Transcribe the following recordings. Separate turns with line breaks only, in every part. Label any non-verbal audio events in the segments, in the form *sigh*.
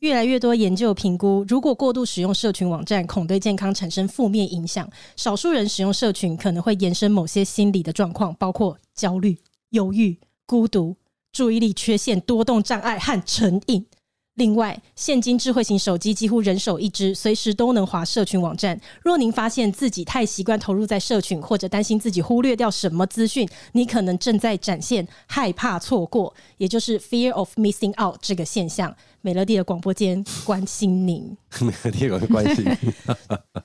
越来越多研究评估，如果过度使用社群网站，恐对健康产生负面影响。少数人使用社群可能会延伸某些心理的状况，包括焦虑、忧郁、孤独、注意力缺陷、多动障碍和成瘾。另外，现今智慧型手机几乎人手一只，随时都能划社群网站。若您发现自己太习惯投入在社群，或者担心自己忽略掉什么资讯，你可能正在展现害怕错过，也就是 fear of missing out 这个现象。美乐蒂的广播间关心您，
没有第二个关
*laughs*
系。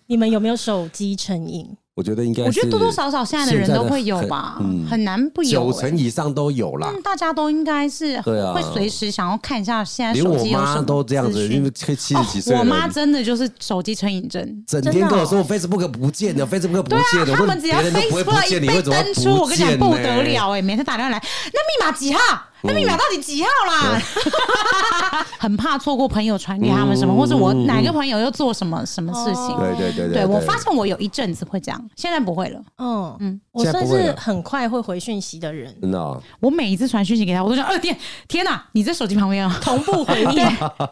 你们有没有手机成瘾？
我觉得应该是，
我觉得多多少少现在的人都会有吧，
现在的很嗯
很难不有、
九
欸
成以上都有啦。
但大家都应该是
对啊
会随时想要看一下现在
连
嗯手
我
机有什
妈
么
都这样子，
资讯
因为七七十几岁了、
哦，我妈真的就是手机成瘾症。
整
真
天
的
跟我说
哦
我 Facebook 不见了，Facebook 不
对啊
见，了，
他
我
们
说
只要
别人都不会不
Facebook
见，
一
你为
被
什么
登出，我跟你讲
见
不
呢
得了哎、每天打电话来，那密码几号？那密码到底几号啦？
嗯
*laughs* 很怕错过朋友传给他们什么，或者我哪个朋友又做什么什么事情。
对对嗯哦对啊
对我发现我有一阵子会这样，现在不会了。
嗯嗯
嗯，
我
现在
算
不会
是
了
很快会回讯息的人，
真的哦、
我每一次传讯息给他，我都想，呃天天哪，你在手机旁边啊？
同步回应。 *laughs* 基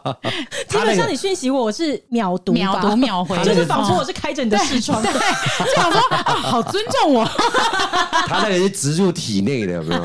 他那
本上
个
你讯息我我是秒读吧，
秒读秒回哦
就是仿佛我是开着你的视窗。
对，就想说啊，好尊重我。
他那个是植入体内的，有
*laughs*
没有？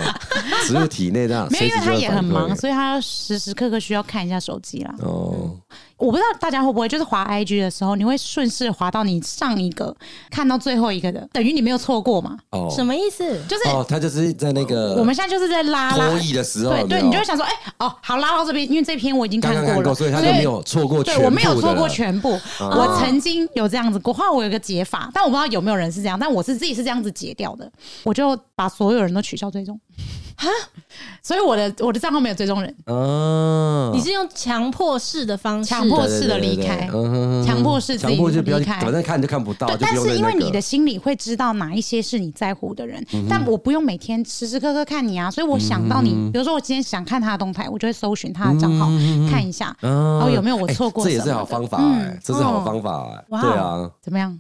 植入体内这样，
没有，因
*laughs*
为
随时
他
就会
也很
反馈
忙，所以他时时刻刻需要看一下手机啦。
哦，
我不知道大家会不会，就是滑 IG 的时候，你会顺势滑到你上一个，看到最后一个的，等于你没有错过嘛？
哦，
什
么？
么意思？
就是
哦，他就是在那个
我们现在就是在拉拉
脱，衣的时候，
对
有没
对，
有
你就会想说，哎，哦，好，拉到这边，因为这篇我已经
刚
看
刚看
了，
过，所以他就没有错过全部
对
的啊
我没有错过全部，我曾经有这样子过。后来我有一个解法，但我不知道有没有人是这样，但我是自己是这样子解掉的。我就把所有人都取消追踪， *laughs* 所以我的我的账号没有追踪人，
啊
你是用强迫式的方式，
强迫式的离
对
开
对对，对嗯哼
强迫式自
强
己
迫就不要，
离开
反正看就看不到，
对，
就
但
不用
是因为
那个嗯
你的心里会知道哪一些是你在乎的人，但我不用每天时时刻刻看你啊，所以我想到你，
嗯
比如说我今天想看他的动态，我就会搜寻他的账号、看一下，
嗯
然哦后有没有我错过
哎这
什
也
么嗯哦
是
的
好方法哎，这是好方法哎，
哇
对啊，
怎么样？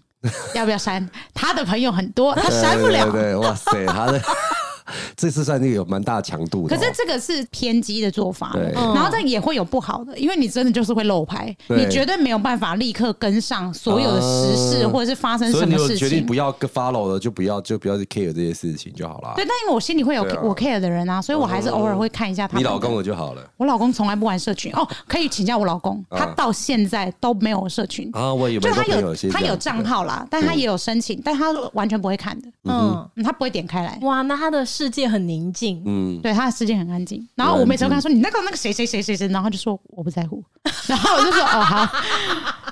要不要删？他的朋友很多，
*laughs*
他删不
对对
了。
对，哇
*laughs*
塞，他的 *laughs* 这次算是有蛮大强度的
可
哦，
是这个是偏激的做法，
对
嗯
然后这也会有不好的，因为你真的就是会漏拍，
对
你绝对没有办法立刻跟上所有的时事
啊
或者是发生
所以
什
你
么
有
事
决定
情
不。要跟 follow 了，就不要就不要去 care 这些事情就好啦
对，。但因为我心里会有
对啊
我 care 的人啊，所以我还是偶尔会看一下他。嗯
你老公了就好了
我老公从来不玩社群哦，可以请教我老公，
啊
他到现在都没有社群，
啊，我有
就
蛮多
他
朋
有
友是
他
这
有
样子
账
的，
号啦，但他也有申请，但他完全不会看的，
嗯，
嗯他不会点开来。
哇，那他的世界很宁静。
嗯，
对他的世界很安静，然后我每次都跟他说你那个那个谁谁谁谁谁，然后他就说我不在乎，然后我就说哦好，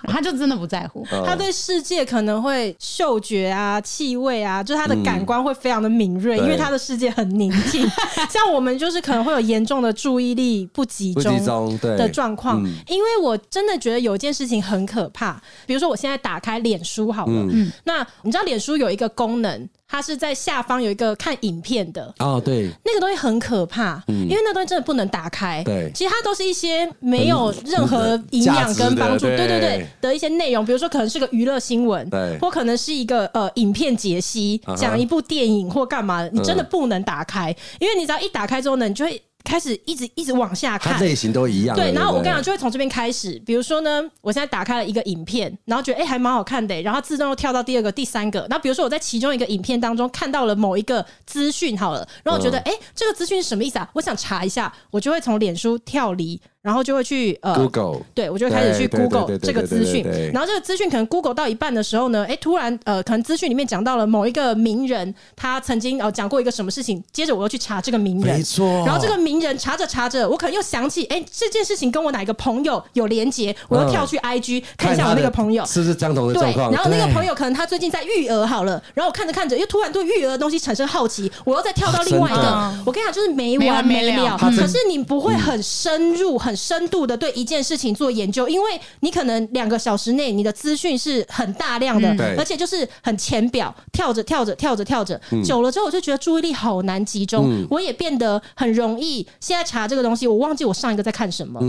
他就真的不在
呃
乎，
嗯
他对世界可能会嗅觉啊、气味啊，就是他的感官会非常的敏锐，
嗯对
因为他的世界很宁
*laughs*
静。像我们就是可能会有严重的注意力不集
不
中
集中对
的状况
嗯，
因为我真的觉得有一件事情很可怕，比如说我现在打开脸书好了，
嗯
那你知道脸书有一个功能，它是在下方有一个看影片的，
哦对，
那个东西很可怕，因为那东西真的不能打开。
嗯对
其实它都是一些没有任何营养跟帮助，
价值的
对对对
对
的一些内容，比如说可能是个娱乐新闻
对，
或可能是一个呃影片解析，
啊哈嗯
讲一部电影或干嘛，你真的不能打开，因为你只要一打开之后呢，你就会开始一直一直往下
他
看。
类型都一样的。
对，然后我
不
跟你讲，就会从这边开始。比如说呢，我现在打开了一个影片，然后觉得哎、诶还蛮好看的、然后自动又跳到第二个、第三个。那比如说我在其中一个影片当中看到了某一个资讯，好了，然后我觉得
嗯
哎、诶这个资讯是什么意思啊？我想查一下，我就会从脸书跳离，然后就会去呃
Google
对，我就会开始去
对对对
Google
对对
这个资讯
对对对，
然后这个资讯可能 Google 到一半的时候呢，哎，突然呃，可能资讯里面讲到了某一个名人，他曾经呃讲过一个什么事情，接着我又去查这个名人，
没错
然后这个名人查着查着，我可能又想起，哎，这件事情跟我哪一个朋友有连结，我又跳去 IG 看一下我那个朋友
嗯他的。是不是相同的
对
状，况？
然后那个
对
朋友可能他最近在育儿好了，然后我看着看着又突然对育儿的东西产生好奇，我又再跳到另外一
真
个
的，
我跟你讲就是没
没
完
完没
没了
了。
他真
可是你不会很深入、很深度的对一件事情做研究，因为你可能两个小时内你的资讯是很大量的
嗯，
对
而且就是很浅表，跳着跳着跳着跳着，
嗯
久了之后我就觉得注意力好难集
嗯
中，我也变得很容易现在查这个东西，我忘记我上一个在看什么。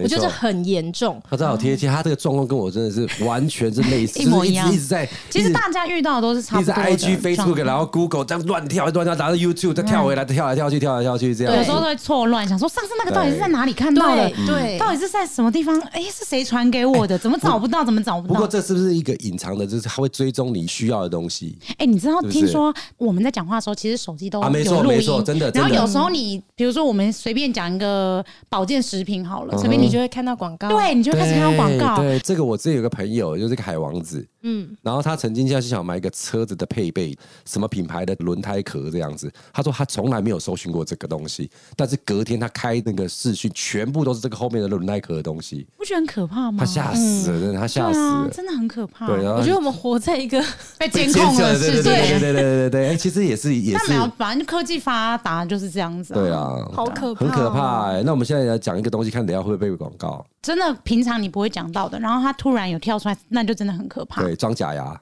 我觉得这很严重。
他真的好贴切，他这个状况跟我真的是完全是类似，
哦 *laughs* 一模一样
就是一直一直在，
*laughs* 其实
一直
大家遇到的都是差
一直
不
在
多的
IG、
状
Facebook，
况
然后 Google 这样乱跳，乱跳，然后到 YouTube 再跳回来，跳来跳去，跳来跳去，这样
有时候都会错乱，想说上次那个到底是在哪里看到的
嗯
对？对
到底是在什么地方？哎，是谁传给我的？怎么找不到？怎么找不
哎不过
到？
这是不是一个隐藏的，就是它会追踪你需要的东西？
哎，你知道，
是不是
听说我们在讲话的时候，其实手机都
啊没错
有录
没错
音，
真的
然后
真的
有时候你，比如说我们随便讲一个保健食品好了，随
所以
嗯
便
你
你就
就会看到广告，，啊
对，你就会开始看到广告。
对，这个我之前有个朋友，就是个海王子，
嗯，
然后他曾经就是想买一个车子的配备，什么品牌的轮胎壳这样子。他说他从来没有搜寻过这个东西，但是隔天他开那个视讯，全部都是这个后面的轮胎壳的东西，
不觉得很可怕吗？
他吓死了，真的，他
对
吓死
啊，
了。
真的很可怕。
对，然
我
后
觉得我们活在一
*laughs*
个
被监控
对
了世
对对对
界。
对对对对，哎，其实也是也
那
是
没。有，反正科技发达就是这样子、
对，啊，
好可怕，
很可怕、欸。那我们现在来讲一个东西，看等一下会不会被广告？
真的平常你不会讲到的，然后他突然有跳出来，那就真的很可怕。
对，装假牙，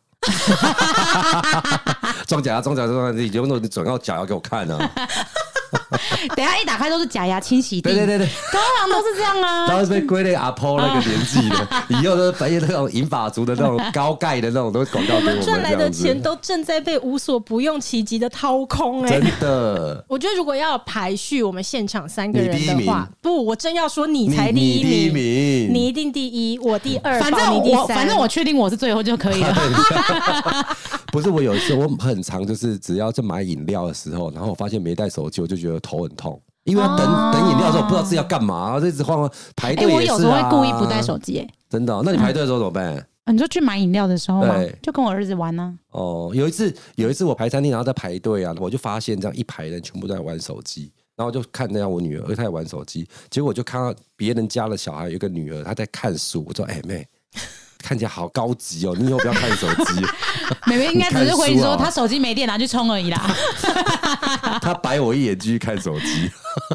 装假牙，装假牙，装假牙，你就弄你整到假牙给我看啊！
等一下一打开都是假牙清洗定，
对对对对，
通常都是这样
然
啊。
后是被归类阿婆那个年纪的，以后都是白夜那种银发族的那种高盖的那种，都是广告
我
给
们
这
赚来的
样
钱
子。
都正在被无所不用其极的掏空、哎
真。的，
我觉得如果要排序我们现场三个人
你第一
的
名
话，不，我真要说你
你
才
你第一
一名，
名，
你一定第一，我第二，
反
宝
正
你第
我
三
反正我确定我是最后就可
*laughs*
以了。
不是我有时候我很常就是只要在买饮料的时候，然后我发现没带手机，我就觉得头很痛，因为要等、
哦
等饮料的时候不知道自己要干嘛，然后就一直晃晃排
哎、
队、也
我有时候
是
会
啊
故意不带，手机、哎
真的哦、那你排队的时候怎么办？
啊你就去买饮料的时候嘛
对，
就跟我儿子玩啊
*laughs*
呢、
哦，有一次有一次我排餐厅，然后在排队啊，我就发现这样一排人全部都在玩手机，然后就看那样我女儿，她也玩手机，结果我就看到别人家的小孩有一个女儿，她在看书，我说：“哎、妹，看起来好高级哦，你以后不要看手机。
妹妹应该只是回
你
你
看书
说
啊
她手机没电拿去充而已啦，”
她白我一眼，继续看手机。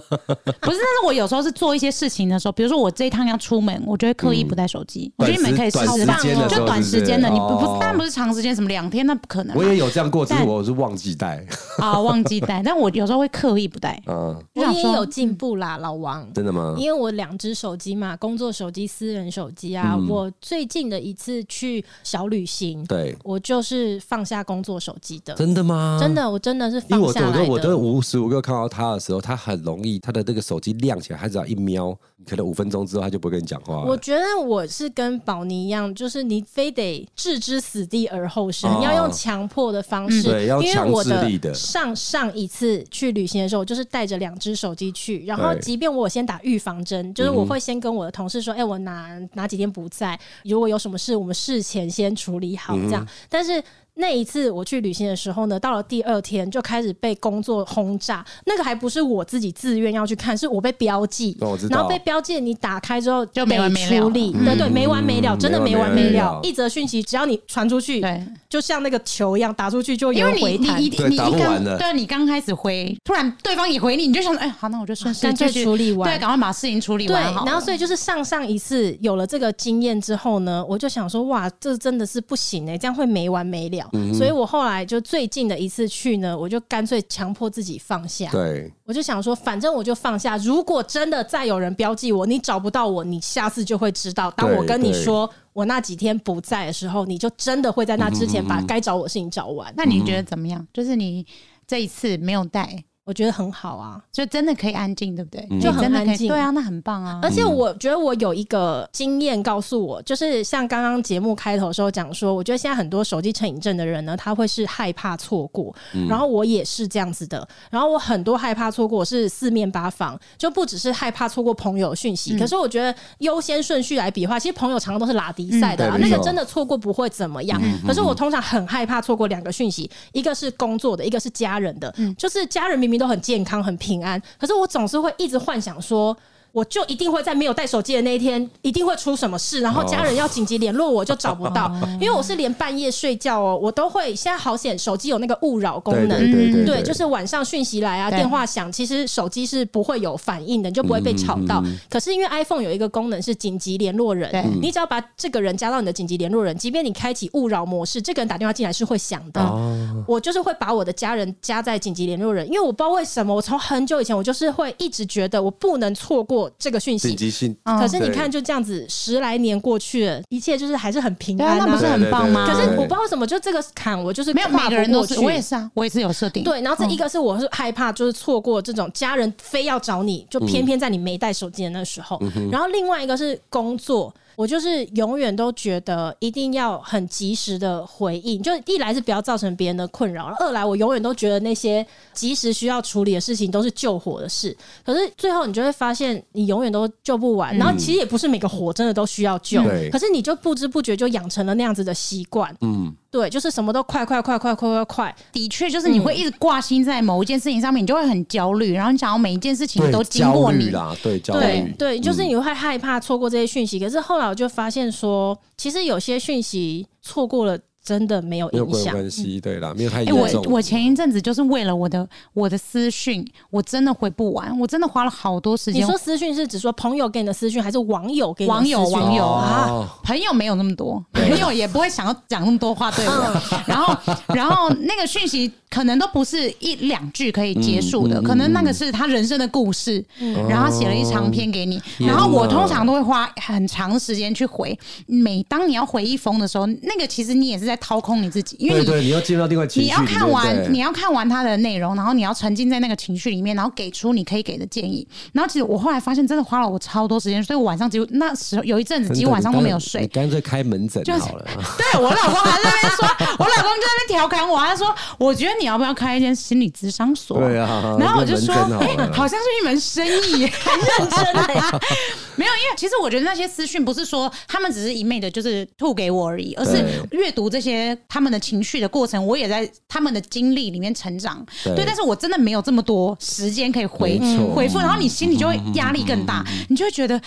不是？但是我有时候是做一些事情的时候，比如说我这一趟要出门，我就会刻意不带手机。我觉得你们可以试
嗯短时
试看
短时间的时候
就短
是不是
时间的，你不不
哦
是，但不是长时间，什么两天那不可能
我也有这样过，只是
但
我是忘记带。
啊，忘记带。但我有时候会刻意不带，
嗯，
我
就想
也
说嗯
有进步啦，老王。
真的吗？
因为我两只手机嘛，工作手机、私人手机啊。
嗯
我最近的一次去小旅行，
对，
我就是放下工作手机的，
真的吗？
真。的，我真的是
因为
放
我
下
我都
来
我都
的。
无时无刻看到他的时候，他很容易，他的那个手机亮起来，他只要一瞄，可能五分钟之后他就不会跟你讲话了。
我觉得我是跟宝妮一样，就是你非得置之死地而后生，
哦
要用强迫的方式，
嗯对要
因为我
强制力的
上上一次去旅行的时候，我就是带着两只手机去，然后
对嗯
即便我先打预防针，就是我会先跟我的同事说，哎、我哪哪几天不在，如果有什么事，我们事前先处理好
嗯
这样。但是那一次我去旅行的时候呢，到了第二天就开始被工作轰炸，那个还不是我自己自愿要去看，是我被标记，
哦我知道
然后被标记，你打开之后
就没完没了
处理，对对，
嗯
没完没了，真的
没
没
完
完
没
没
了
了。一则讯息，只要你传出去，
对。
就像那个球一样打出去就
因
有
为
人
你
回
你
弹
你。
对
你一
打
刚
不完的
对你刚开始回，突然对方也回你，你就想哎，好，那我就顺势
干脆
就去
处理完
对，赶快把事情处理
对，
完好了。
然后所以就是上上一次有了这个经验之后呢，我就想说，哇，这真的是不行哎、这样会没完没了。
嗯
所以我后来就最近的一次去呢，我就干脆强迫自己放下，
*laughs*
对，
我就想说，反正我就放下。如果真的再有人标记我，你找不到我，你下次就会知道。当我
对
跟你
对
说我那几天不在的时候，你就真的会在那之前
嗯
把该找我的事情找完。
那你觉得怎么样？就是你这一次没有带，
我觉得很好啊。
就真的可以安静，对不对？
嗯
就很
真的可
安
以，
静
对啊，那很棒啊
而。且我觉得我有一个经验告诉我，就是像刚刚节目开头的时候讲说，我觉得现在很多手机成瘾症的人呢，他会是害怕错过，
嗯
然后我也是这样子的。然后我很多害怕错过是四面八方，就不只是害怕错过朋友的讯息，可是我觉得优先顺序来比的话，其实朋友常常都是拉低赛的啦，啊
嗯对
那
没
个
错
真的错过不会怎么样。
嗯
可是我通常很害怕错过两个讯息，一个是工作的，一个是家人的，
嗯
就是家人明明都很健康、很平安，可是我总是会一直幻想说。我就一定会在没有带手机的那一天，一定会出什么事，然后家人要紧急联络我，就找不到，
哦
因为我是连半夜睡觉哦，我都会。现在好险，手机有那个勿扰功
对
能，
对对嗯
嗯
对
对，就是晚上讯息来啊，
对
电话响，其实手机是不会有反应的，你就不会被吵到。可是因为 iPhone 有一个功能是紧急联络人
对，
你只要把这个人加到你的紧急联络人，即便你开启勿扰模式，这个人打电话进来是会响的。
哦，
我就是会把我的家人加在紧急联络人，因为我不知道为什么，我从很久以前我就是会一直觉得我不能错过过这个讯息
紧。急性
嗯
可是你
对
看，就这样子十来年过去了，一切就是还是很平
对啊，
安
那不是
啊。
很棒吗？
可
对
是
对对
我不知道为什么，就这个坎我就是
没有
跨
每个人都
不过
是，
去
我也是啊，我也是有设定。嗯
对，然后这
嗯
一个是我是害怕，就是错过这种家人非要找你，就
嗯
偏偏在你没带手机的那时候。然后另外一个是工作，我就是永远都觉得一定要很及时的回应，就一来是不要造成别人的困扰，二来我永远都觉得那些及时需要处理的事情都是救火的事，可是最后你就会发现你永远都救不完。然后其实也不是每个火真的都需要救，
嗯对
可是你就不知不觉就养成了那样子的习惯。
嗯，
对，就是什么都快快快快快快快，
的确，就是你会一直挂心在某一件事情上面，你就会很焦虑，然后你想要每一件事情
对，
都经过
焦虑
你。
啦，对，焦
对
虑，
对，就是
嗯
你会害怕错过这些讯息。可是后来我就发现说，其实有些讯息错过了，真的没有
没有
影
关
响。
关系，对啦，没有太
哎、
严
我
重。
我前一阵子就是为了我的我的私讯，我真的回不完，我真的花了好多时
你
间。
说私讯是指说朋友给你的私讯，还是网友给你的
网友
私讯
网友、
哦
啊，朋友没有那么多，朋友也不会想要讲那么多话对
*laughs*
我。然后，然后那个讯息可能都不是一两句可以结束的，
嗯嗯哦
可能那个是他人生的故事，然后他写了一长篇给你。
天
然后我
哪
通常都会花很长时间去回。每当你要回一封的时候，那个其实你也是在掏空你自己，因为
对
你
对，你要进入到另外情
你
绪里
要
面，
看
对
完，你要看完它的内容，然后你要沉浸在那个情绪里面，然后给出你可以给的建议。然后其实我后来发现，真的花了我超多时间，所以我晚上几乎那时候有一阵子
真的
几乎晚上
你
都
干
没有
你
睡。
干脆开门诊
就是
好了。
*laughs* 对我老公还在那边说，我老公就在那边调侃我，他说：“我觉得你要不要开一间心理咨商所？”
对啊
然后我就说：“
那门诊好
哎、
了
好像是一门生意。”
很认真欸
*laughs* 没有，因为其实我觉得那些私讯不是说他们只是一昧的，就是吐给我而已，而是阅读这些他们的情绪的过程，我也在他们的经历里面成长。
对
对，但是我真的没有这么多时间可以
没
回
错嗯
回复，然后你心里就会压力更大，你就会觉得。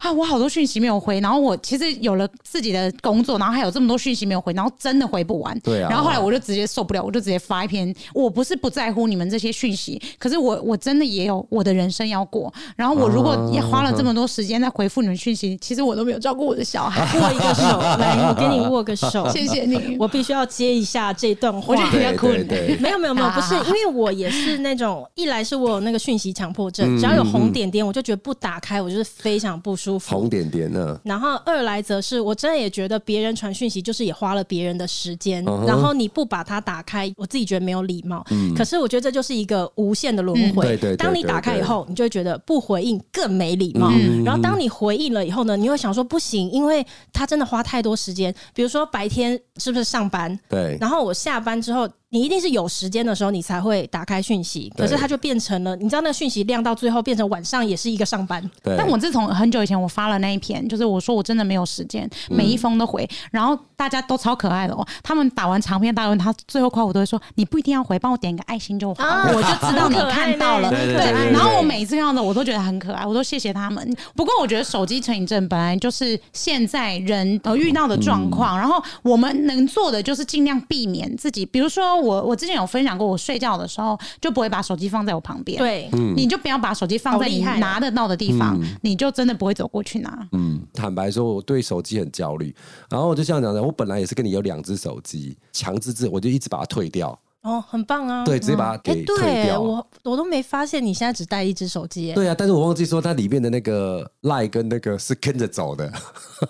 啊，我好多讯息没有回，然后我其实有了自己的工作，然后还有这么多讯息没有回，然后真的回不完。
对啊
然后后来我就直接受不了，我就直接发一篇，我不是不在乎你们这些讯息，可是我我真的也有我的人生要过，然后我如果也花
啊
了这么多时间在回复你们讯息，其实我都没有照顾我的小
啊
孩。
握一个手，
*laughs*
来，我给你握个手，
谢谢你，
我必须要接一下这段话。
我觉得比较
对
酷
对对
*laughs* 没有没有没有，
好
不
好
是
好，
因为我也是那种，一来是我有那个讯息强迫
嗯
症，只要有红点点，我就觉得不打开，我就是非常不舒服。
红点点嗯呢？
然后二来则是我真的也觉得别人传讯息就是也花了别人的时间
嗯哼
然后你不把它打开，我自己觉得没有礼貌。可是我觉得这就是一个无限的轮回。
嗯对对对嗯
当你打开以后，你就会觉得不回应更没礼貌。然后当你回应了以后呢，你会想说不行，因为他真的花太多时间。比如说白天是不是上班，
对，
然后我下班之后，你一定是有时间的时候你才会打开讯息，可
对
是它就变成了，你知道那个讯息量到最后变成晚上也是一个上班。
对，
但我自从很久以前我发了那一篇，就是我说我真的没有时间，
嗯
每一封都回，然后大家都超可爱的哦。他们打完长篇大论，他最后夸我都会说你不一定要回，帮我点一个爱心就好，
啊
我就知道你看到了。
很
可爱呢 *laughs* 对对对
对，
对
然后我每一次看到的我都觉得很可爱，我都谢谢他们。不过我觉得手机成瘾症本来就是现在人呃遇到的状况，
嗯
然后我们能做的就是尽量避免自己，比如说我我之前有分享过，我睡觉的时候就不会把手机放在我旁
嗯
边，
对，
你就不要把手机放在你
好厉害哦
拿得到的地方，你就真的不会走过去拿。
嗯，坦白说，我对手机很焦虑。然后我就这样讲的，我本来也是跟你有两只手机，强制制，我就一直把它退掉，
哦，很棒啊。
对，直接把它
哎、
给退
对
掉。啊
我我都没发现你现在只带一只手机耶，
对啊，但是我忘记说它里面的那个赖跟那个是跟着走
*laughs*
的，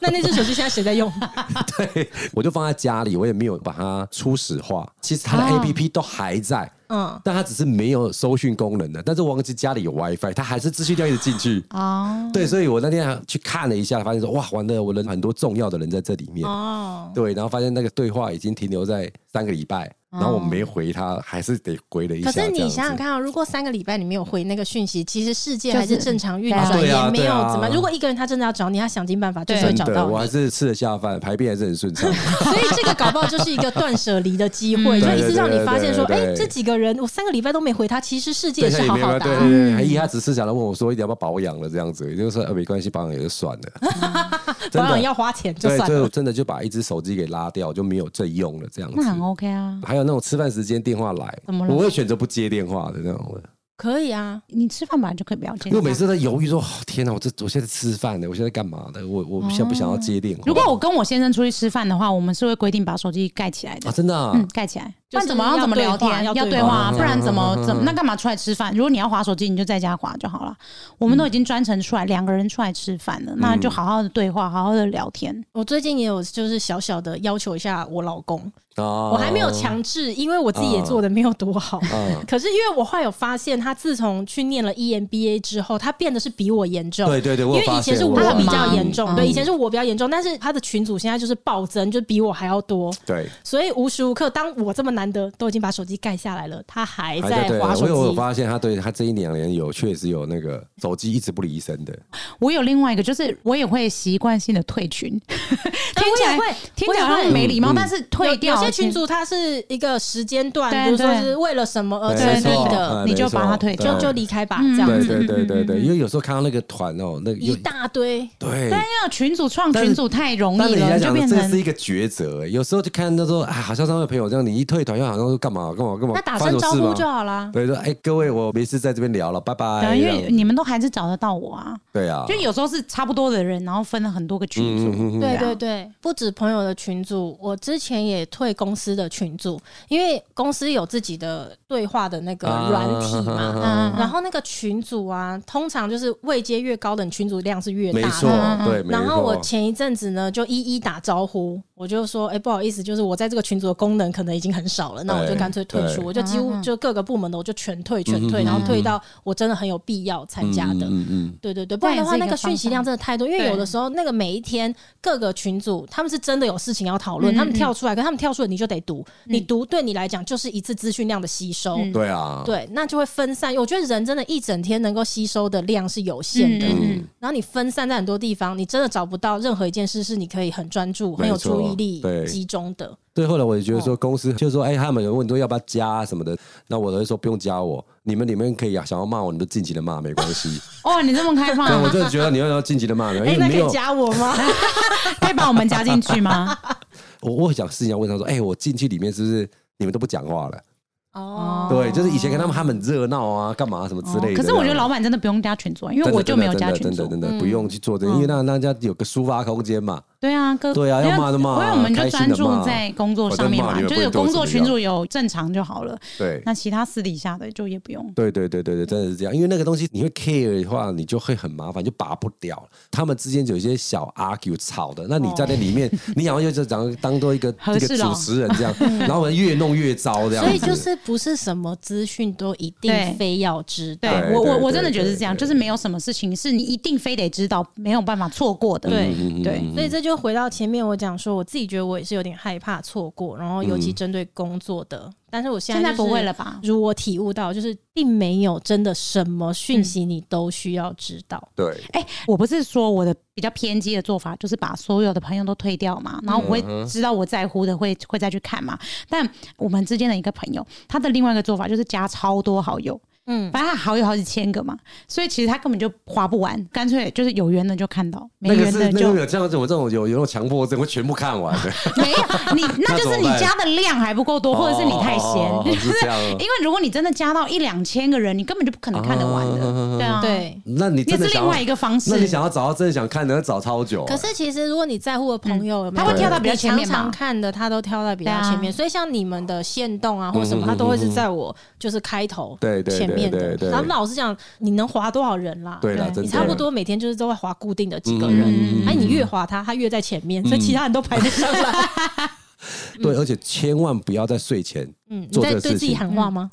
那那只手机现在谁在用？ *laughs*
对，我就放在家里，我也没有把它初始化。其实它的
啊
A P P 都还在，
嗯，
但它只是没有搜讯功能的。但是我忘记家里有 WiFi，它还是资讯量一直进去。
哦，
对，所以我那天去看了一下，发现说哇，完了，我人很多重要的人在这里面。
哦，
对，然后发现那个对话已经停留在三个礼拜，然后我没回他，还是得回了一下。
哦可是你
这样子
想想，看啊，如果三个礼拜你没有回那个讯息，其实世界还是
就是
正常运
对啊
转，
对啊
也没有
对啊
怎么。如果一个人他真的要找你，他想尽办法就是会
真
找
的，
*laughs* 到
我
你
还。是吃了下饭，排便还是很顺
*laughs*
畅。
所以这个搞不好就是一个断舍离的机会，
嗯
就一直让你发现说，
对
哎、
对对对
这几个人我三个礼拜都没回他，其实世界
对，
是好好的、
对
啊
对。对，还一下只是想来问我说，一定要不要保养了这样子，也就是说呃没关系，保养也就算
*laughs*
了。
保
真
养
的，
要花钱就
对，
算
就
了，
真的就把一只手机给拉掉，就没有再用了这样子
那。很 OK 啊。
还有那种吃饭时间电话来，
怎么了
我会选择不接电话的那种的。
可以啊，
你吃饭本来就可以不要接
因为。我每次在犹豫说，哦天哪，我这我现在吃饭呢，我现在干嘛呢？我我现在不想要接电话。
如果我跟我先生出去吃饭的话，我们是会规定把手机盖起来的
啊，。真的啊，
嗯，盖起来，不
就是
然怎么要怎么聊天？
要对话
要
要
对
对
话啊，
话
不然怎么
嗯嗯嗯
怎么
嗯
那干嘛出来吃饭？如果你要划手机，你就在家划就好了。我们都已经专程出来，两个人出来吃饭
嗯
了，那就好好的对话，好好的聊天。
我最近也有就是小小的要求一下我老公，
哦
我还没有强制，因为我自己也做的没有多好。
啊，
*laughs* 可是因为我后来有发现，他自从去念了 E EMBA 之后，他变得是比我严重。
对对对，
因
我
为
有发
以前
现
是我
有
比
发
较
现
严重，
嗯
对，以前是我比较严重，但是他的群组现在就是暴增，就比我还要多，
对，
所以无时无刻，当我这么难得都已经把手机盖下来了，他还
还在
在
哎对，
划
我有我
手
有
机。
发现他对他这一两年有确实有那个手机一直不离身的，
我有另外一个，就是我也会习惯性的退群，
哎
听起来
我也会
*laughs* 听起来
我也
好
会
像没礼
嗯
貌，
嗯
但是
有
退掉
有些
其实
群主他是一个时间段，
对
比如说
对
是为了什么而
对
成立
对对
哦的，
哎
你
没
就把它
错
退掉
就
对
就离开吧，
嗯
这样
对
子
对对对
嗯嗯
对，
嗯
因为有时候看到那个团哦，那个
一
有
大堆。
对。
但因为群主创
但
群
是
主太容
但
易
是人家
了，就
讲的
变
这是
成
一个抉择，哎有时候就看到说，啊，好像上面朋友这样，你一退团又好像说干嘛干嘛干嘛，
那打
发生
声
什
招
么事
呼
吗
就好啦。
对，说哎、各位，我没事在这边聊了，拜拜。
对，因
这
为
啊样
你们都还是找得到我啊。
对啊，
就有时候是差不多的人，然后分了很多个群组。
嗯
对
对啊
对对，不止朋友的群组，我之前也退公司的群组，因为公司有自己的对话的那个
啊
软体嘛。
嗯
然后那个群组啊，通常就是位阶越高的，你群组量是越
没
大
错
的。，嗯
对，没
然后我
错。
前一阵子呢，就一一打招呼，我就说，哎、不好意思，就是我在这个群组的功能可能已经很少了，那我就
对
干脆退出，
对
我就几乎
嗯嗯
就各个部门的我就全退全退，
嗯嗯
然后退
嗯
到我真的很有必要参
嗯
加的。
嗯嗯
对对对，不然的话
那
那
也是一个
个讯息量真的太多，因为
对
有的时候那个每一天各个群组他们是真的有事情要讨论，
嗯
他们跳出来，可他们跳出来你就得读，
嗯
你读对你来讲就是一次资讯量的吸收。
嗯
嗯，对啊，
对，那就会分散。我觉得人真的一整天能够吸收的量是有限的，
嗯
嗯，
然后你分散在很多地方，你真的找不到任何一件事是你可以很专注、很有
没错
注意力
对
集中的。
所以后来我也觉得
哦
说，公司就是说，哎，他们有问说要不要加啊什么的，那我都会说不用加我，你们你们可以啊，想要骂我，你们就尽情的骂，没关
*laughs*
系。
哇，哦你这么开
但我
放，啊
真的觉得你们要尽情的骂，因
哎、
为
那
没
可以
有
加我
*laughs*
吗？
可以把我们加进去吗？
我，我想事情要问他说，哎，我进去里面是不是你们都不讲话了？
哦，
对，就是以前跟他们他们很热闹啊，干嘛什 *laughs* 么之类的。
哦可是我觉得老板真的不用加群组啊，因为
真的
我就没有嗯加群
真的真的
组。
真的真的不用去做这个，因为那那家有个抒发空间嘛。
对啊，哥，
对啊要骂就骂啊
因为我们就
开心
专
的骂
注在工作上面
反
嘛，
正骂你也
就
不
是
会
有
对我
工作
怎么
群
样
组有正常就好了。
啊对，
那其他私底下的就也不用。
对对对对对，真的是这样，因为那个东西你会 care 的话，你就会很麻烦，就拔不掉。他们之间有一些小 argue 吵的，那你在那里面，你好像就当当做一个
和
一
事
个
佬
主持人这样，然后越弄越糟这样
所
子。
以就是不是什么资讯都一
对
定非要知道
对。
对
我，我
对
我真的
对
觉得是
对
这样，
对
就是没有什么事情是你一定非得知道，没有办法错过的。
对
对，
嗯
所以这就回到前面我讲说，我自己觉得我也是有点害怕错过，然后尤其针对工作的，但是我现
现在
在
不会了。吧？
如我体悟到，就是并没有真的什么
嗯
讯息你都需要知道。
对，
哎、我不是说我的比较偏激的做法，就是把所有的朋友都推掉嘛，然后我会知道我在乎的会会再去看嘛。但我们之间的一个朋友，他的另外一个做法就是加超多好友，
嗯，
反正他好友好几千个嘛，所以其实他根本就划不完，干脆就是有缘的就看到，没
那个
缘
是
的
那
就、
个有这样子，我这种有有那种强迫症，会全部看完的，
没有。你那就是
那怎
你
么办
加的量还不够多，或者是你太闲。
哦是这样哦。
因为如果你真的加到一两千个人，你根本就不可能看得完的，
啊
对啊，，
对。
那你
也
真
是
的想
另外一
要，
个方式。
那你想要找到真的想看的，要找超久。
可是其实如果你在乎的朋友有没有，
嗯他会
跳
到比较
你
前面吧啊
常常看的他都挑到比较前面，所以像你们的线动啊或什么，
嗯嗯嗯
他都会是在我就是开头
对对对
前面
对
的
对。对
然后老实讲，你能划多少人啦？
对啦真
对
的
你差不多每天就是都会划固定的几个人，
嗯嗯嗯嗯
哎，你越划他，他越在前
嗯
面，所以其他人都排得上来。
*laughs* 对，而且千万不要在睡前
嗯，你
做
在
这个
对
事
自己
情。
喊话吗？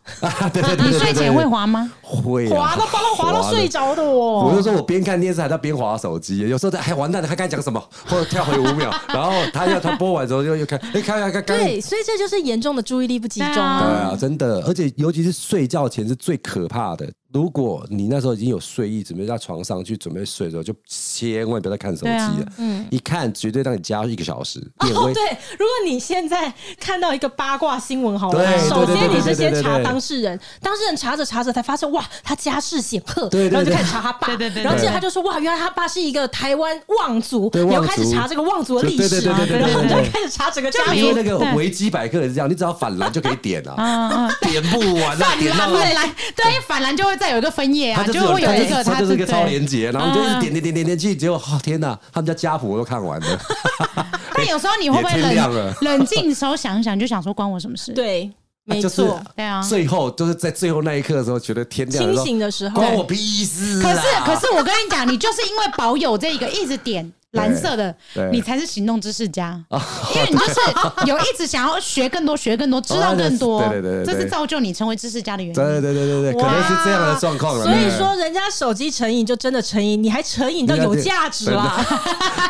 你啊睡前会滑吗？
会啊
划到把我划到
滑
睡
的
着的
我就
哦。
说我边看电视还在边划手机，有时候在还完蛋了，他刚才讲什么，或者跳回五秒，然后他又他播完之后又又看，哎、看看看看。
对，所以这就是严重的注意力不集中
对
啊。
啊，真的，而且尤其是睡觉前是最可怕的。如果你那时候已经有睡意，准备在床上去准备睡的时候，就千万不要再看手机
对
了
啊。
嗯
一看绝对让你加一个小时，
哦
点，微
对，如果你现在看到一个八卦新闻好了，
对对
首
对对
先
对
你是先
对对
查
对
当事人，当事人查着查着才发现，哇，他家世显赫，
对对对
然后就开始查他爸，
对对对对
然后接着他就说，哇，原来他爸是一个台湾望族，
对
你要
望
开始
族
查这个望族的
对
历
对
史
对
啊，
对对
然后
对
你
对
就
对
开始查整个家
就
因
族
为
没。
那个
对
维基百科也是这样，你只要反蓝就可以点啊，
嗯嗯，
点不完啊，
反
点
蓝
到
本来对反蓝就会再有一个分页
他
啊，
就是
会有
他就
一
是
个
他就是一个
对
超连接，然后你就一
嗯
直点点点点点去，结果哦天哪，他们家家谱我都看完了，
但有时候你会不会
也天亮了
冷冷静的时候想一想，就想说关我什么事？
对，没
就是
错，
对啊。
最后就是在最后那一刻的时候，觉得天亮的
清
时候
醒的时候
关，我屁事
可
啊。
是可是我跟你讲，你就是因为保有这个一直点蓝色的
*laughs* 对，对啊
你才是行动知识家，因为你就是 *laughs* 有一直想要学更多、学更多、知道更多，
啊对对对对对
这是造就你成为知识家的原因。
对对对对对，可能是这样的状况了。
所以
对
说，人家手机成瘾就真的成瘾，你还成瘾到有价值啊啦。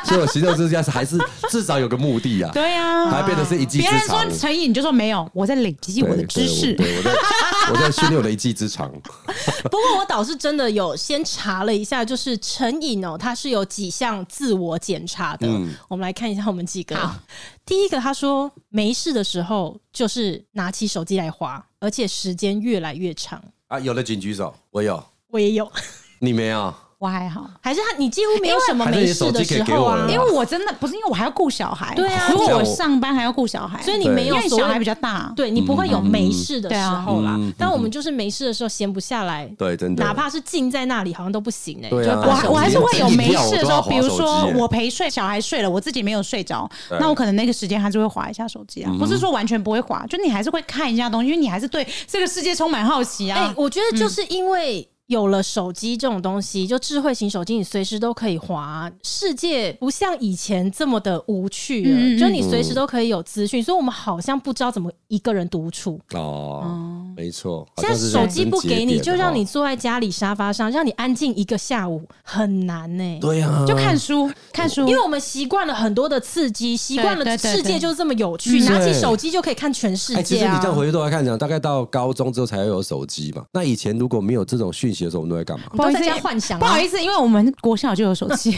所以我行动之家是还是至少有个目的啊，
对啊，
还变成是一技之
别人说
长。
成瘾，你就说没有，我在累积我的知识。
对，对我对我在我在训练我的一技之长。 *laughs*
不过我倒是真的有先查了一下，就是成瘾哦，它是有几项自我检查的。
嗯
我们来看一下我们几个
好。
第一个，他说没事的时候就是拿起手机来滑，而且时间越来越长。
啊，有的请举手，我有，
我也有，
你没啊有？
我还好，
还是他你几乎没有什么没事的时候
还是你手机可以给我
啊
了，
因为我真的不是因为我还要顾小孩，
对啊
如果
像
我
我
上班还要顾小孩，
所以你没
因
有
为
所
小孩
谓
比较大，
对你不会有没事的
嗯嗯嗯
时候啦。
对啊
但我们就是没事的时候闲不下来，
对，真的，
哪怕是静在那里，好像都不行哎、
对啊
我还我还是会有没事的时
手
候，
机
比
饮料我都要滑
如
手
说
机耶
我陪睡，小孩睡了，我自己没有睡着，
对嗯
那我可能那个时间还是会划一下手机啊，不是说完全不会划，就你还是会看一下东西，因为你还是对这个世界充满好奇
哎、
啊。
我觉得就是因为有了手机这种东西，就智慧型手机，你随时都可以滑，世界不像以前这么的无趣了，
嗯嗯嗯
就你随时都可以有资讯，所以我们好像不知道怎么一个人独处。
哦，没错。
现在手机不给你，就让你
哦
坐在家里沙发上，让你安静一个下午，很难呢、
对啊，
就
*laughs*
看书，看书，
因为我们习惯了很多的刺激，习惯了
对对对
世界就是这么有趣，拿起手机就可以看全世
嗯哎，其
界
实你
啊！
这样回头来看讲，大概到高中之后才会有手机嘛。那以前如果没有这种讯息的时候，我们都在干嘛？
你都在家幻想啊
不好意思，因为我们国小就有手
*laughs*
机，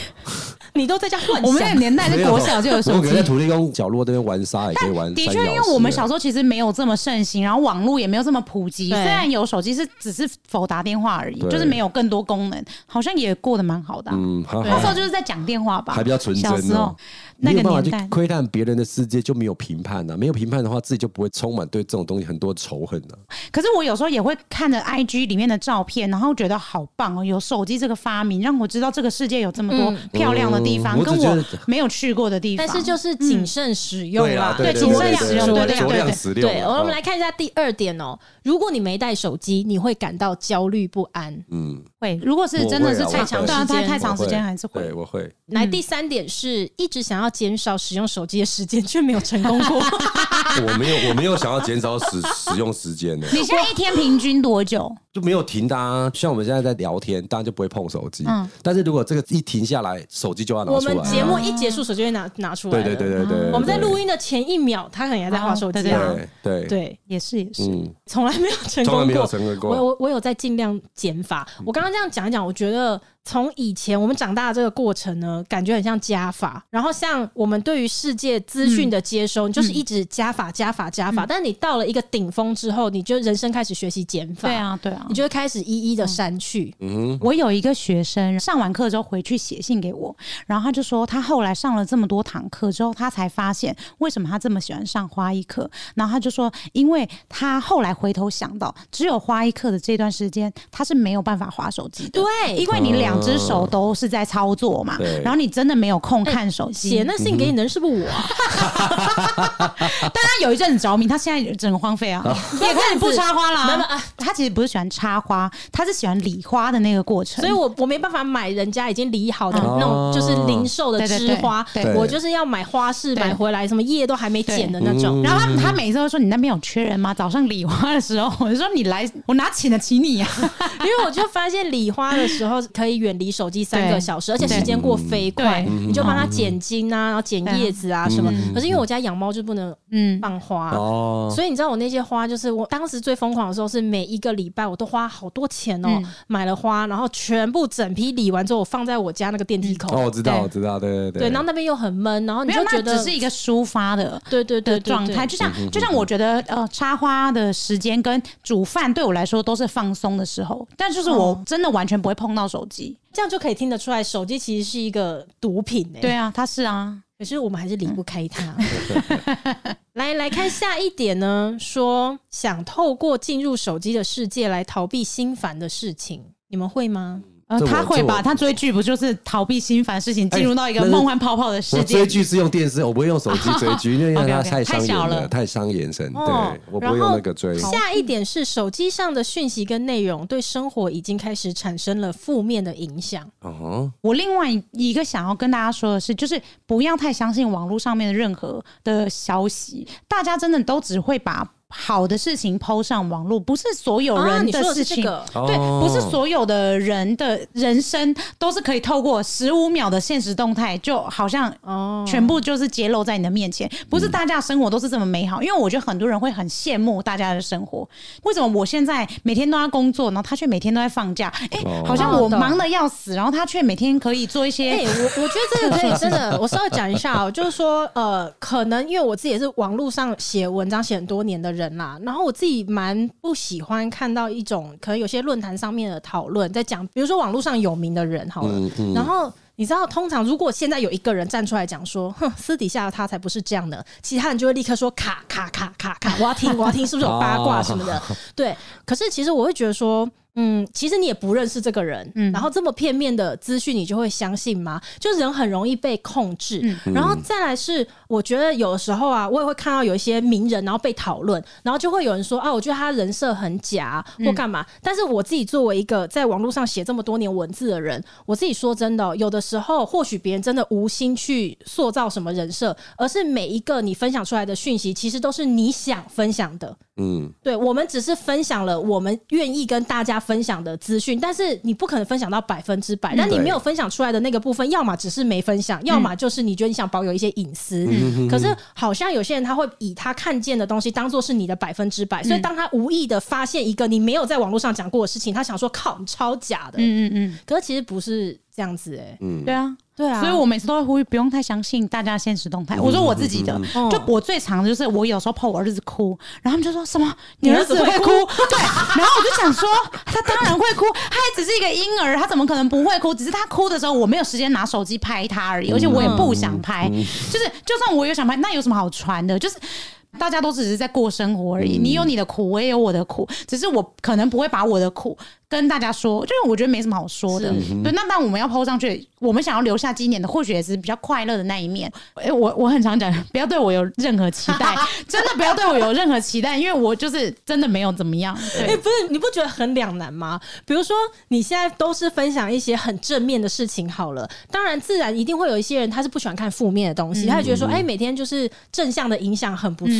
你都在家幻想，
我们那个年代是国小就有
我
手
们可
机
能在。土地公角落那边玩沙也可以玩
的
山
确，因为
摇石
我们
了
小时候其实没有这么盛行，然后网络也没有这么普及。
对
虽然有手机，是只是否打电话而已，
对
就是没有更多功能，好像也过得蛮好的啊、
嗯，还
那时候
好，
就是在讲电话吧，
还比较纯真哦
小时候那
没
个
有办法
年
去
代，
窥探别人的世界，就没有评判啊呐、没有评判的话，自己就不会充满对这种东西很多仇恨啊呐、
可是我有时候也会看着 IG 里面的照片，然后觉得好棒哦，有手机这个发明，让我知道这个世界有这么多漂亮的地方，
嗯我
跟
只觉
我
得
没有去过的地方。
但是就是谨慎使用啦，
啊
对
对对对
谨
对
慎
对
使用，
对
对
酌量
十六。
对，我们来看一下第二点哦。如果你没带手机，你会感到焦虑不安。
嗯，
会，如果是真的是
我会啊
太
我
长，
会
对啊，太
我会
太长时间还是
对，
会。
我会。
来，第三点是一直想要减少使用手机的时间，却没有成功过。
我没有，我没有想要减少使 *laughs* 使用时间呢、
你现在一天平均多久？
就没有停的啊。像我们现在在聊天，当然就不会碰手机。
嗯
但是如果这个一停下来，手机就要拿
我
出来
们
了。
节目一结束，手机会拿拿出来
对
了。
对对对对对，
我们在录
音。
音的前一秒，他可能还在划手机啊。
对对，
对，
也是也是，
嗯，
从来没有成
从来
功
没有
过。
成功过。
我我我有在尽量减法。我刚刚这样讲一讲，我觉得从以前我们长大的这个过程呢，感觉很像加法。然后像我们对于世界资讯的接收，你就是一直加法、加法、加法。但你到了一个顶峰之后，你就人生开始学习减法，
对，啊对啊
你。就会开始一一的删去。
嗯哼，
我有一个学生上完课之后回去写信给我，然后他就说他后来上了这么多堂课之后，他才发现为什么他这么喜欢上花艺课。然后他就说，因为他后来回头想到，只有花艺课的这段时间，他是没有办法划手机的。
对
因为你两只手都是在操作嘛，
对
然后你真的没有空看手
哎
机。
写那信给你的人是不是我啊？
但他有一阵子着迷，他现在整个荒
*laughs*
废啊，也开始不插花啦。
没有
*laughs*
没有啊
他其实不是喜欢插花，他是喜欢理花的那个过程。
所以我我没办法买人家已经理好的
嗯
那种，就是零售的
对对
枝
对
花
对，
对
我就是要买花市
对
买回来，什么叶都还没剪的那种。
然后他他每次都说你那边有缺人吗？早上理花的时候，我就说你来，我哪请得起你呀、啊
因为我就发现理花的时候可以远离手机三个小时，而且时间过飞快，
嗯对
你就帮它剪茎啊，然后剪叶子啊什么。可是因为我家养猫就不能
嗯，
放花。
哦，
所以你知道我那些花，就是我当时最疯狂的时候，是每一个礼拜我都花好多钱哦、
嗯
买了花，然后全部整批理完之后，我放在我家那个电梯口。
哦，我知道，
对
我知道，对对对
对，然后那边又很闷，然后你
*laughs* 没有，
就觉
那
得
只是一个抒发的
对对对
的
对
状态，
对
就
嗯
像就像我觉得呃，插花的时间跟煮饭对我来说都是放松的时候，但就是我
嗯
真的完全不会碰到手机。
这样就可以听得出来，手机其实是一个毒品哎、
对啊，它是啊，
可是我们还是离不开它。来来看下一点呢，说想透过进入手机的世界来逃避心烦的事情，你们会吗？
呃，
这我
他会
这我
吧？他追剧不就是逃避心烦事情，
哎
进入到一个
那是
梦幻泡泡的世
我
界
追？剧是用电视，我不会用手机追剧，因为
OK，OK，
它太伤
太小
眼
了
了，太伤眼神。
哦
对，我不
然后
会用那个追。
下一点是手机上的讯息跟内容对生活已经开始产生了负面的影响。
哦，
我另外一个想要跟大家说的是，就是不要太相信网络上面的任何的消息，大家真的都只会把好的事情抛上网络，不是所有
啊，
人
你说的
事
是这
情。
个
对，
哦
不是所有的人的人生都是可以透过十五秒的现实动态，就好像
哦，
全部就是揭露在你的面前，不是大家的生活都是这么美好。因为我觉得很多人会很羡慕大家的生活，为什么我现在每天都要工作，然后他却每天都在放假？哎、
哦
好像我
哦懂
忙的要死，然后他却每天可以做一些、
哎、我我觉得这个可以真的，我稍微讲一下哦、就是说，呃，可能因为我自己也是网络上写文章写很多年的人啦，然后我自己蛮不喜欢看到一种，可能有些论坛上面的讨论在讲，比如说网络上有名的人好了，
嗯嗯
然后。你知道，通常如果现在有一个人站出来讲说，哼，私底下他才不是这样的，其他人就会立刻说卡卡卡卡卡，我要听，我要听，是不是有八卦什么的？对。可是其实我会觉得说，嗯，其实你也不认识这个人，
嗯
然后这么片面的资讯，你就会相信吗？就人很容易被控制。然后再来是，我觉得有的时候啊，我也会看到有一些名人，然后被讨论，然后就会有人说啊，我觉得他人设很假啊或干嘛。但是我自己作为一个在网络上写这么多年文字的人，我自己说真的哦、有的时候或许别人真的无心去塑造什么人设，而是每一个你分享出来的讯息，其实都是你想分享的。
嗯，
对我们只是分享了我们愿意跟大家分享的资讯，但是你不可能分享到百分之
嗯
百。但你
对
没有分享出来的那个部分，要么只是没分享，要么就是你觉得你想保有一些隐私。
嗯
可是好像有些人他会以他看见的东西当做是你的百分之百，
嗯
所以当他无意的发现一个你没有在网络上讲过的事情，他想说靠，你超假的。
嗯嗯
可是其实不是这样子哎、欸
嗯，对啊。
对啊，
所以我每次都会呼吁不用太相信大家现实动态。我说我自己的，
嗯
就我最常的就是我有时候怕我儿子哭，然后他们就说什么你
你
儿
儿
子
子
会
会
哭？
*laughs*
对，然后我就想说他当然会哭，他还只是一个婴儿，他怎么可能不会哭？只是他哭的时候我没有时间拿手机拍他而
嗯
已，而且我也不想拍，就是就算我有想拍，那有什么好传的？就是。大家都只是在过生活而已，
嗯
你有你的苦，我也有我的苦，只是我可能不会把我的苦跟大家说，就是我觉得没什么好说的。
嗯
对，那但我们要抛上去，我们想要留下纪念的，或许也是比较快乐的那一面。哎、我我很常讲， *laughs* 不要对我有任何期
*laughs*
待，真的不要对我有任何期待，因为我就是真的没有怎么样。
哎、
对，
不是，你不觉得很两难吗？比如说，你现在都是分享一些很正面的事情好了，当然自然一定会有一些人他是不喜欢看负面的东西，
嗯
他就觉得说，哎、每天就是正向的影响很不错啊。
嗯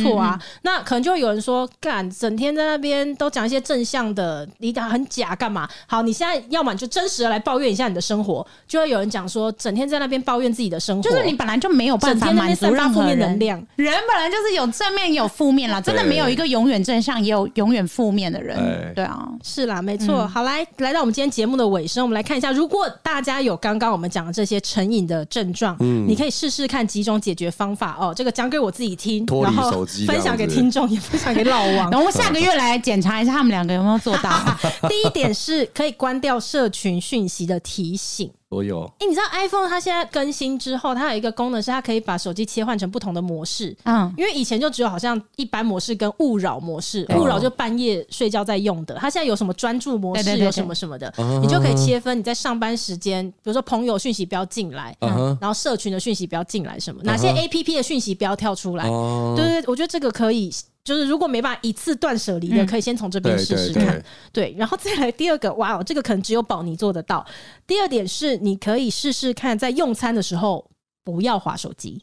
那可能就会有人说，干，整天在那边都讲一些正向的，你讲很假干嘛？好，你现在要么你就真实的来抱怨一下你的生活，就会有人讲说，整天在那边抱怨自己的生活，
就是你本来就没有办法
整天在那
满
边
足任
散发
何
负面
人
能量，
人本来就是有正面也有负面啦，真的没有一个永远正向，也有永远负面的人
哎
对。
对啊，
是啦，没
嗯
错。好，来来到我们今天节目的尾声，我们来看一下，如果大家有刚刚我们讲的这些成瘾的症状，
嗯
你可以试试看几种解决方法哦。这个讲给我自己听，
脱
然
离
后
手机这
分
样
享给
子
听众，也分享给老王
*laughs*
然。后我下个月来检查一下他们两个有没有做到。
*laughs* 第一点是可以关掉社群讯息的提醒。
我有。
哎、你知道 iPhone 它现在更新之后，它有一个功能是它可以把手机切换成不同的模式。
嗯，
因为以前就只有好像一般模式跟勿扰模式，
对
勿扰就半夜睡觉在用的，它现在有什么专注模
对对
式，
对
有什么什么
嗯
的，你就可以切分。你在上班时间，比如说朋友讯息不要进来，
嗯哼嗯
然后社群的讯息不要进来，什么哪些 A P P 的讯息不要跳出来。
哦，
对对，对我觉得这个可以，就是如果没办法一次断舍离
嗯
的，可以先从这边
对
试试
对
看。
对，
对，然后再来第二个，哇哦，这个可能只有宝妮做得到。第二点是，你可以试试看，在用餐的时候不要划手机。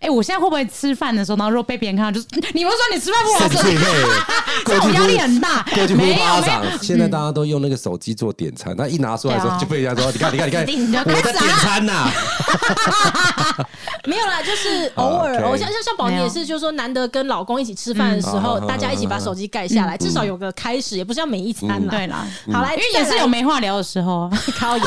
哎、我现在会不会吃饭的时候，然后如果被别人看到，就是你们说你吃饭不好
神
吃，
经病！
这
过
种
去
压
呼
力很大。
过去呼
没有
巴
没有，
掌，现在大家都用那个手机做点餐，那一拿出来的时
对啊
候就被人家
*laughs*
说：“你看，你看，你看，
你要开
我在
始啊
点餐
*laughs*
呐。
没有啦，就是偶尔，
啊 OK
我像像像宝
没
妮
有
也是，就是说难得跟老公一起吃饭的时候，
嗯嗯
大家一起把手机盖下来，至少有个开始，也不是要每一餐啦。
对啦，
好来，
因为也
再
是
来
有没话聊的时候啊。
靠腰。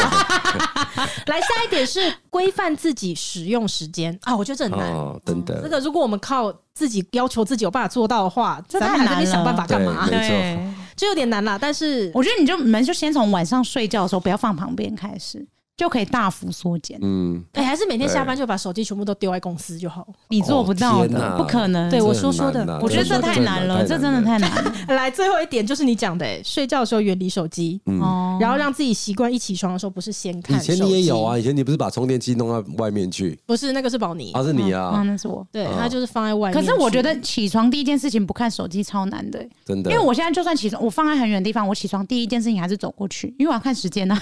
*laughs* 来，下一点是规范自己使用时间啊，我觉得这”很难。
哦，等等
这，个如果我们靠自己要求自己有办法做到的话，这
太
他还在那边
难
想
了
办法干嘛
对？ *laughs* 没错
对，
这有点难啦。但是
我觉得你就你们就先从晚上睡觉的时候不要放旁边开始，就可以大幅缩减。
嗯，
哎、还是每天下班就把手机全部都丢在公司就好。
你做不到
哦天
的，
哪
不可能。
对
这
我
很
说说
难
的
啊
我觉得这太难了，这真的太难了。
来，最后一点就是你讲的、哎睡觉的时候远离手机，
嗯。
哦，
然后让自己习惯一起床的时候不是先看
以
手
前
机。
你也有啊，以前你不是把充电器弄到外面去？
不是那个是宝妮，
啊，是你
啊，
啊，
那是我。
对
嗯
他就是放在外面
可
去。
是我觉得起床第一件事情不看手机超难的欸、
真的。
因为我现在就算起床，我放在很远的地方，我起床第一件事情还是走过去，因为我要看
*laughs*
时间呢、啊。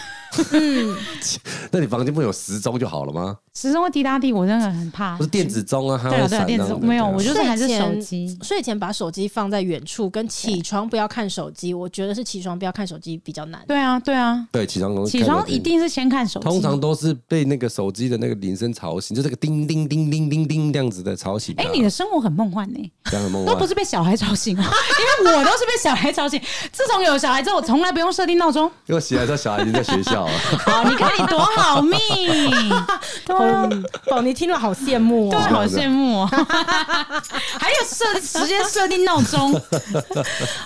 那你房间不能有时钟就好了吗？
时钟会滴答滴，我真的很怕。
不是电子钟啊，它
对啊
会
对啊，
闪
电
这
子
样子
没有，我
对啊
就是还是
睡
手
前
机。
睡前把手机放在远处，跟起床不要看手机，我觉得是起床不要看手机比较难。
对啊，对啊，
对起床钟
起床一定是先看手机。
通常都是被那个手机的那个铃声吵醒，就这个叮叮叮叮叮叮这样子的吵醒啊。
哎、你的生活很梦幻呢、
这样很梦
都不
幻。
是被小孩吵醒 *laughs* 哦，因为我都是被小孩吵醒。自从有小孩之后，我从来不用设定闹钟。
因为起来之后，小孩已经在学校
*laughs*
了。
好，你看你多好 *laughs* 命，对啊，
嗯，宝妮听了好羡慕
对啊，
哦。
好羡慕哦。 *laughs* 还有设时间设定闹 *laughs* 钟，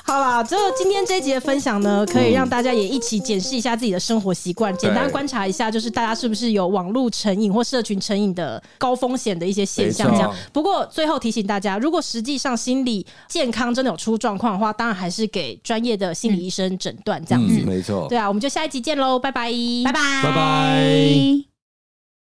好啦，这今天这一集的分享呢，可以让大家也一起检视一下自己的生活习惯，简单观察一下，就是大家是不是有网络成瘾或社群成瘾的高风险的一些现象。
没
这
错
样，不过最后提醒大家，如果实际上心理健康真的有出状况的话，当然还是给专业的心理医生诊断这样子。
嗯，没错
对。啊，我们就下一集见喽，拜拜，
拜拜，
拜拜。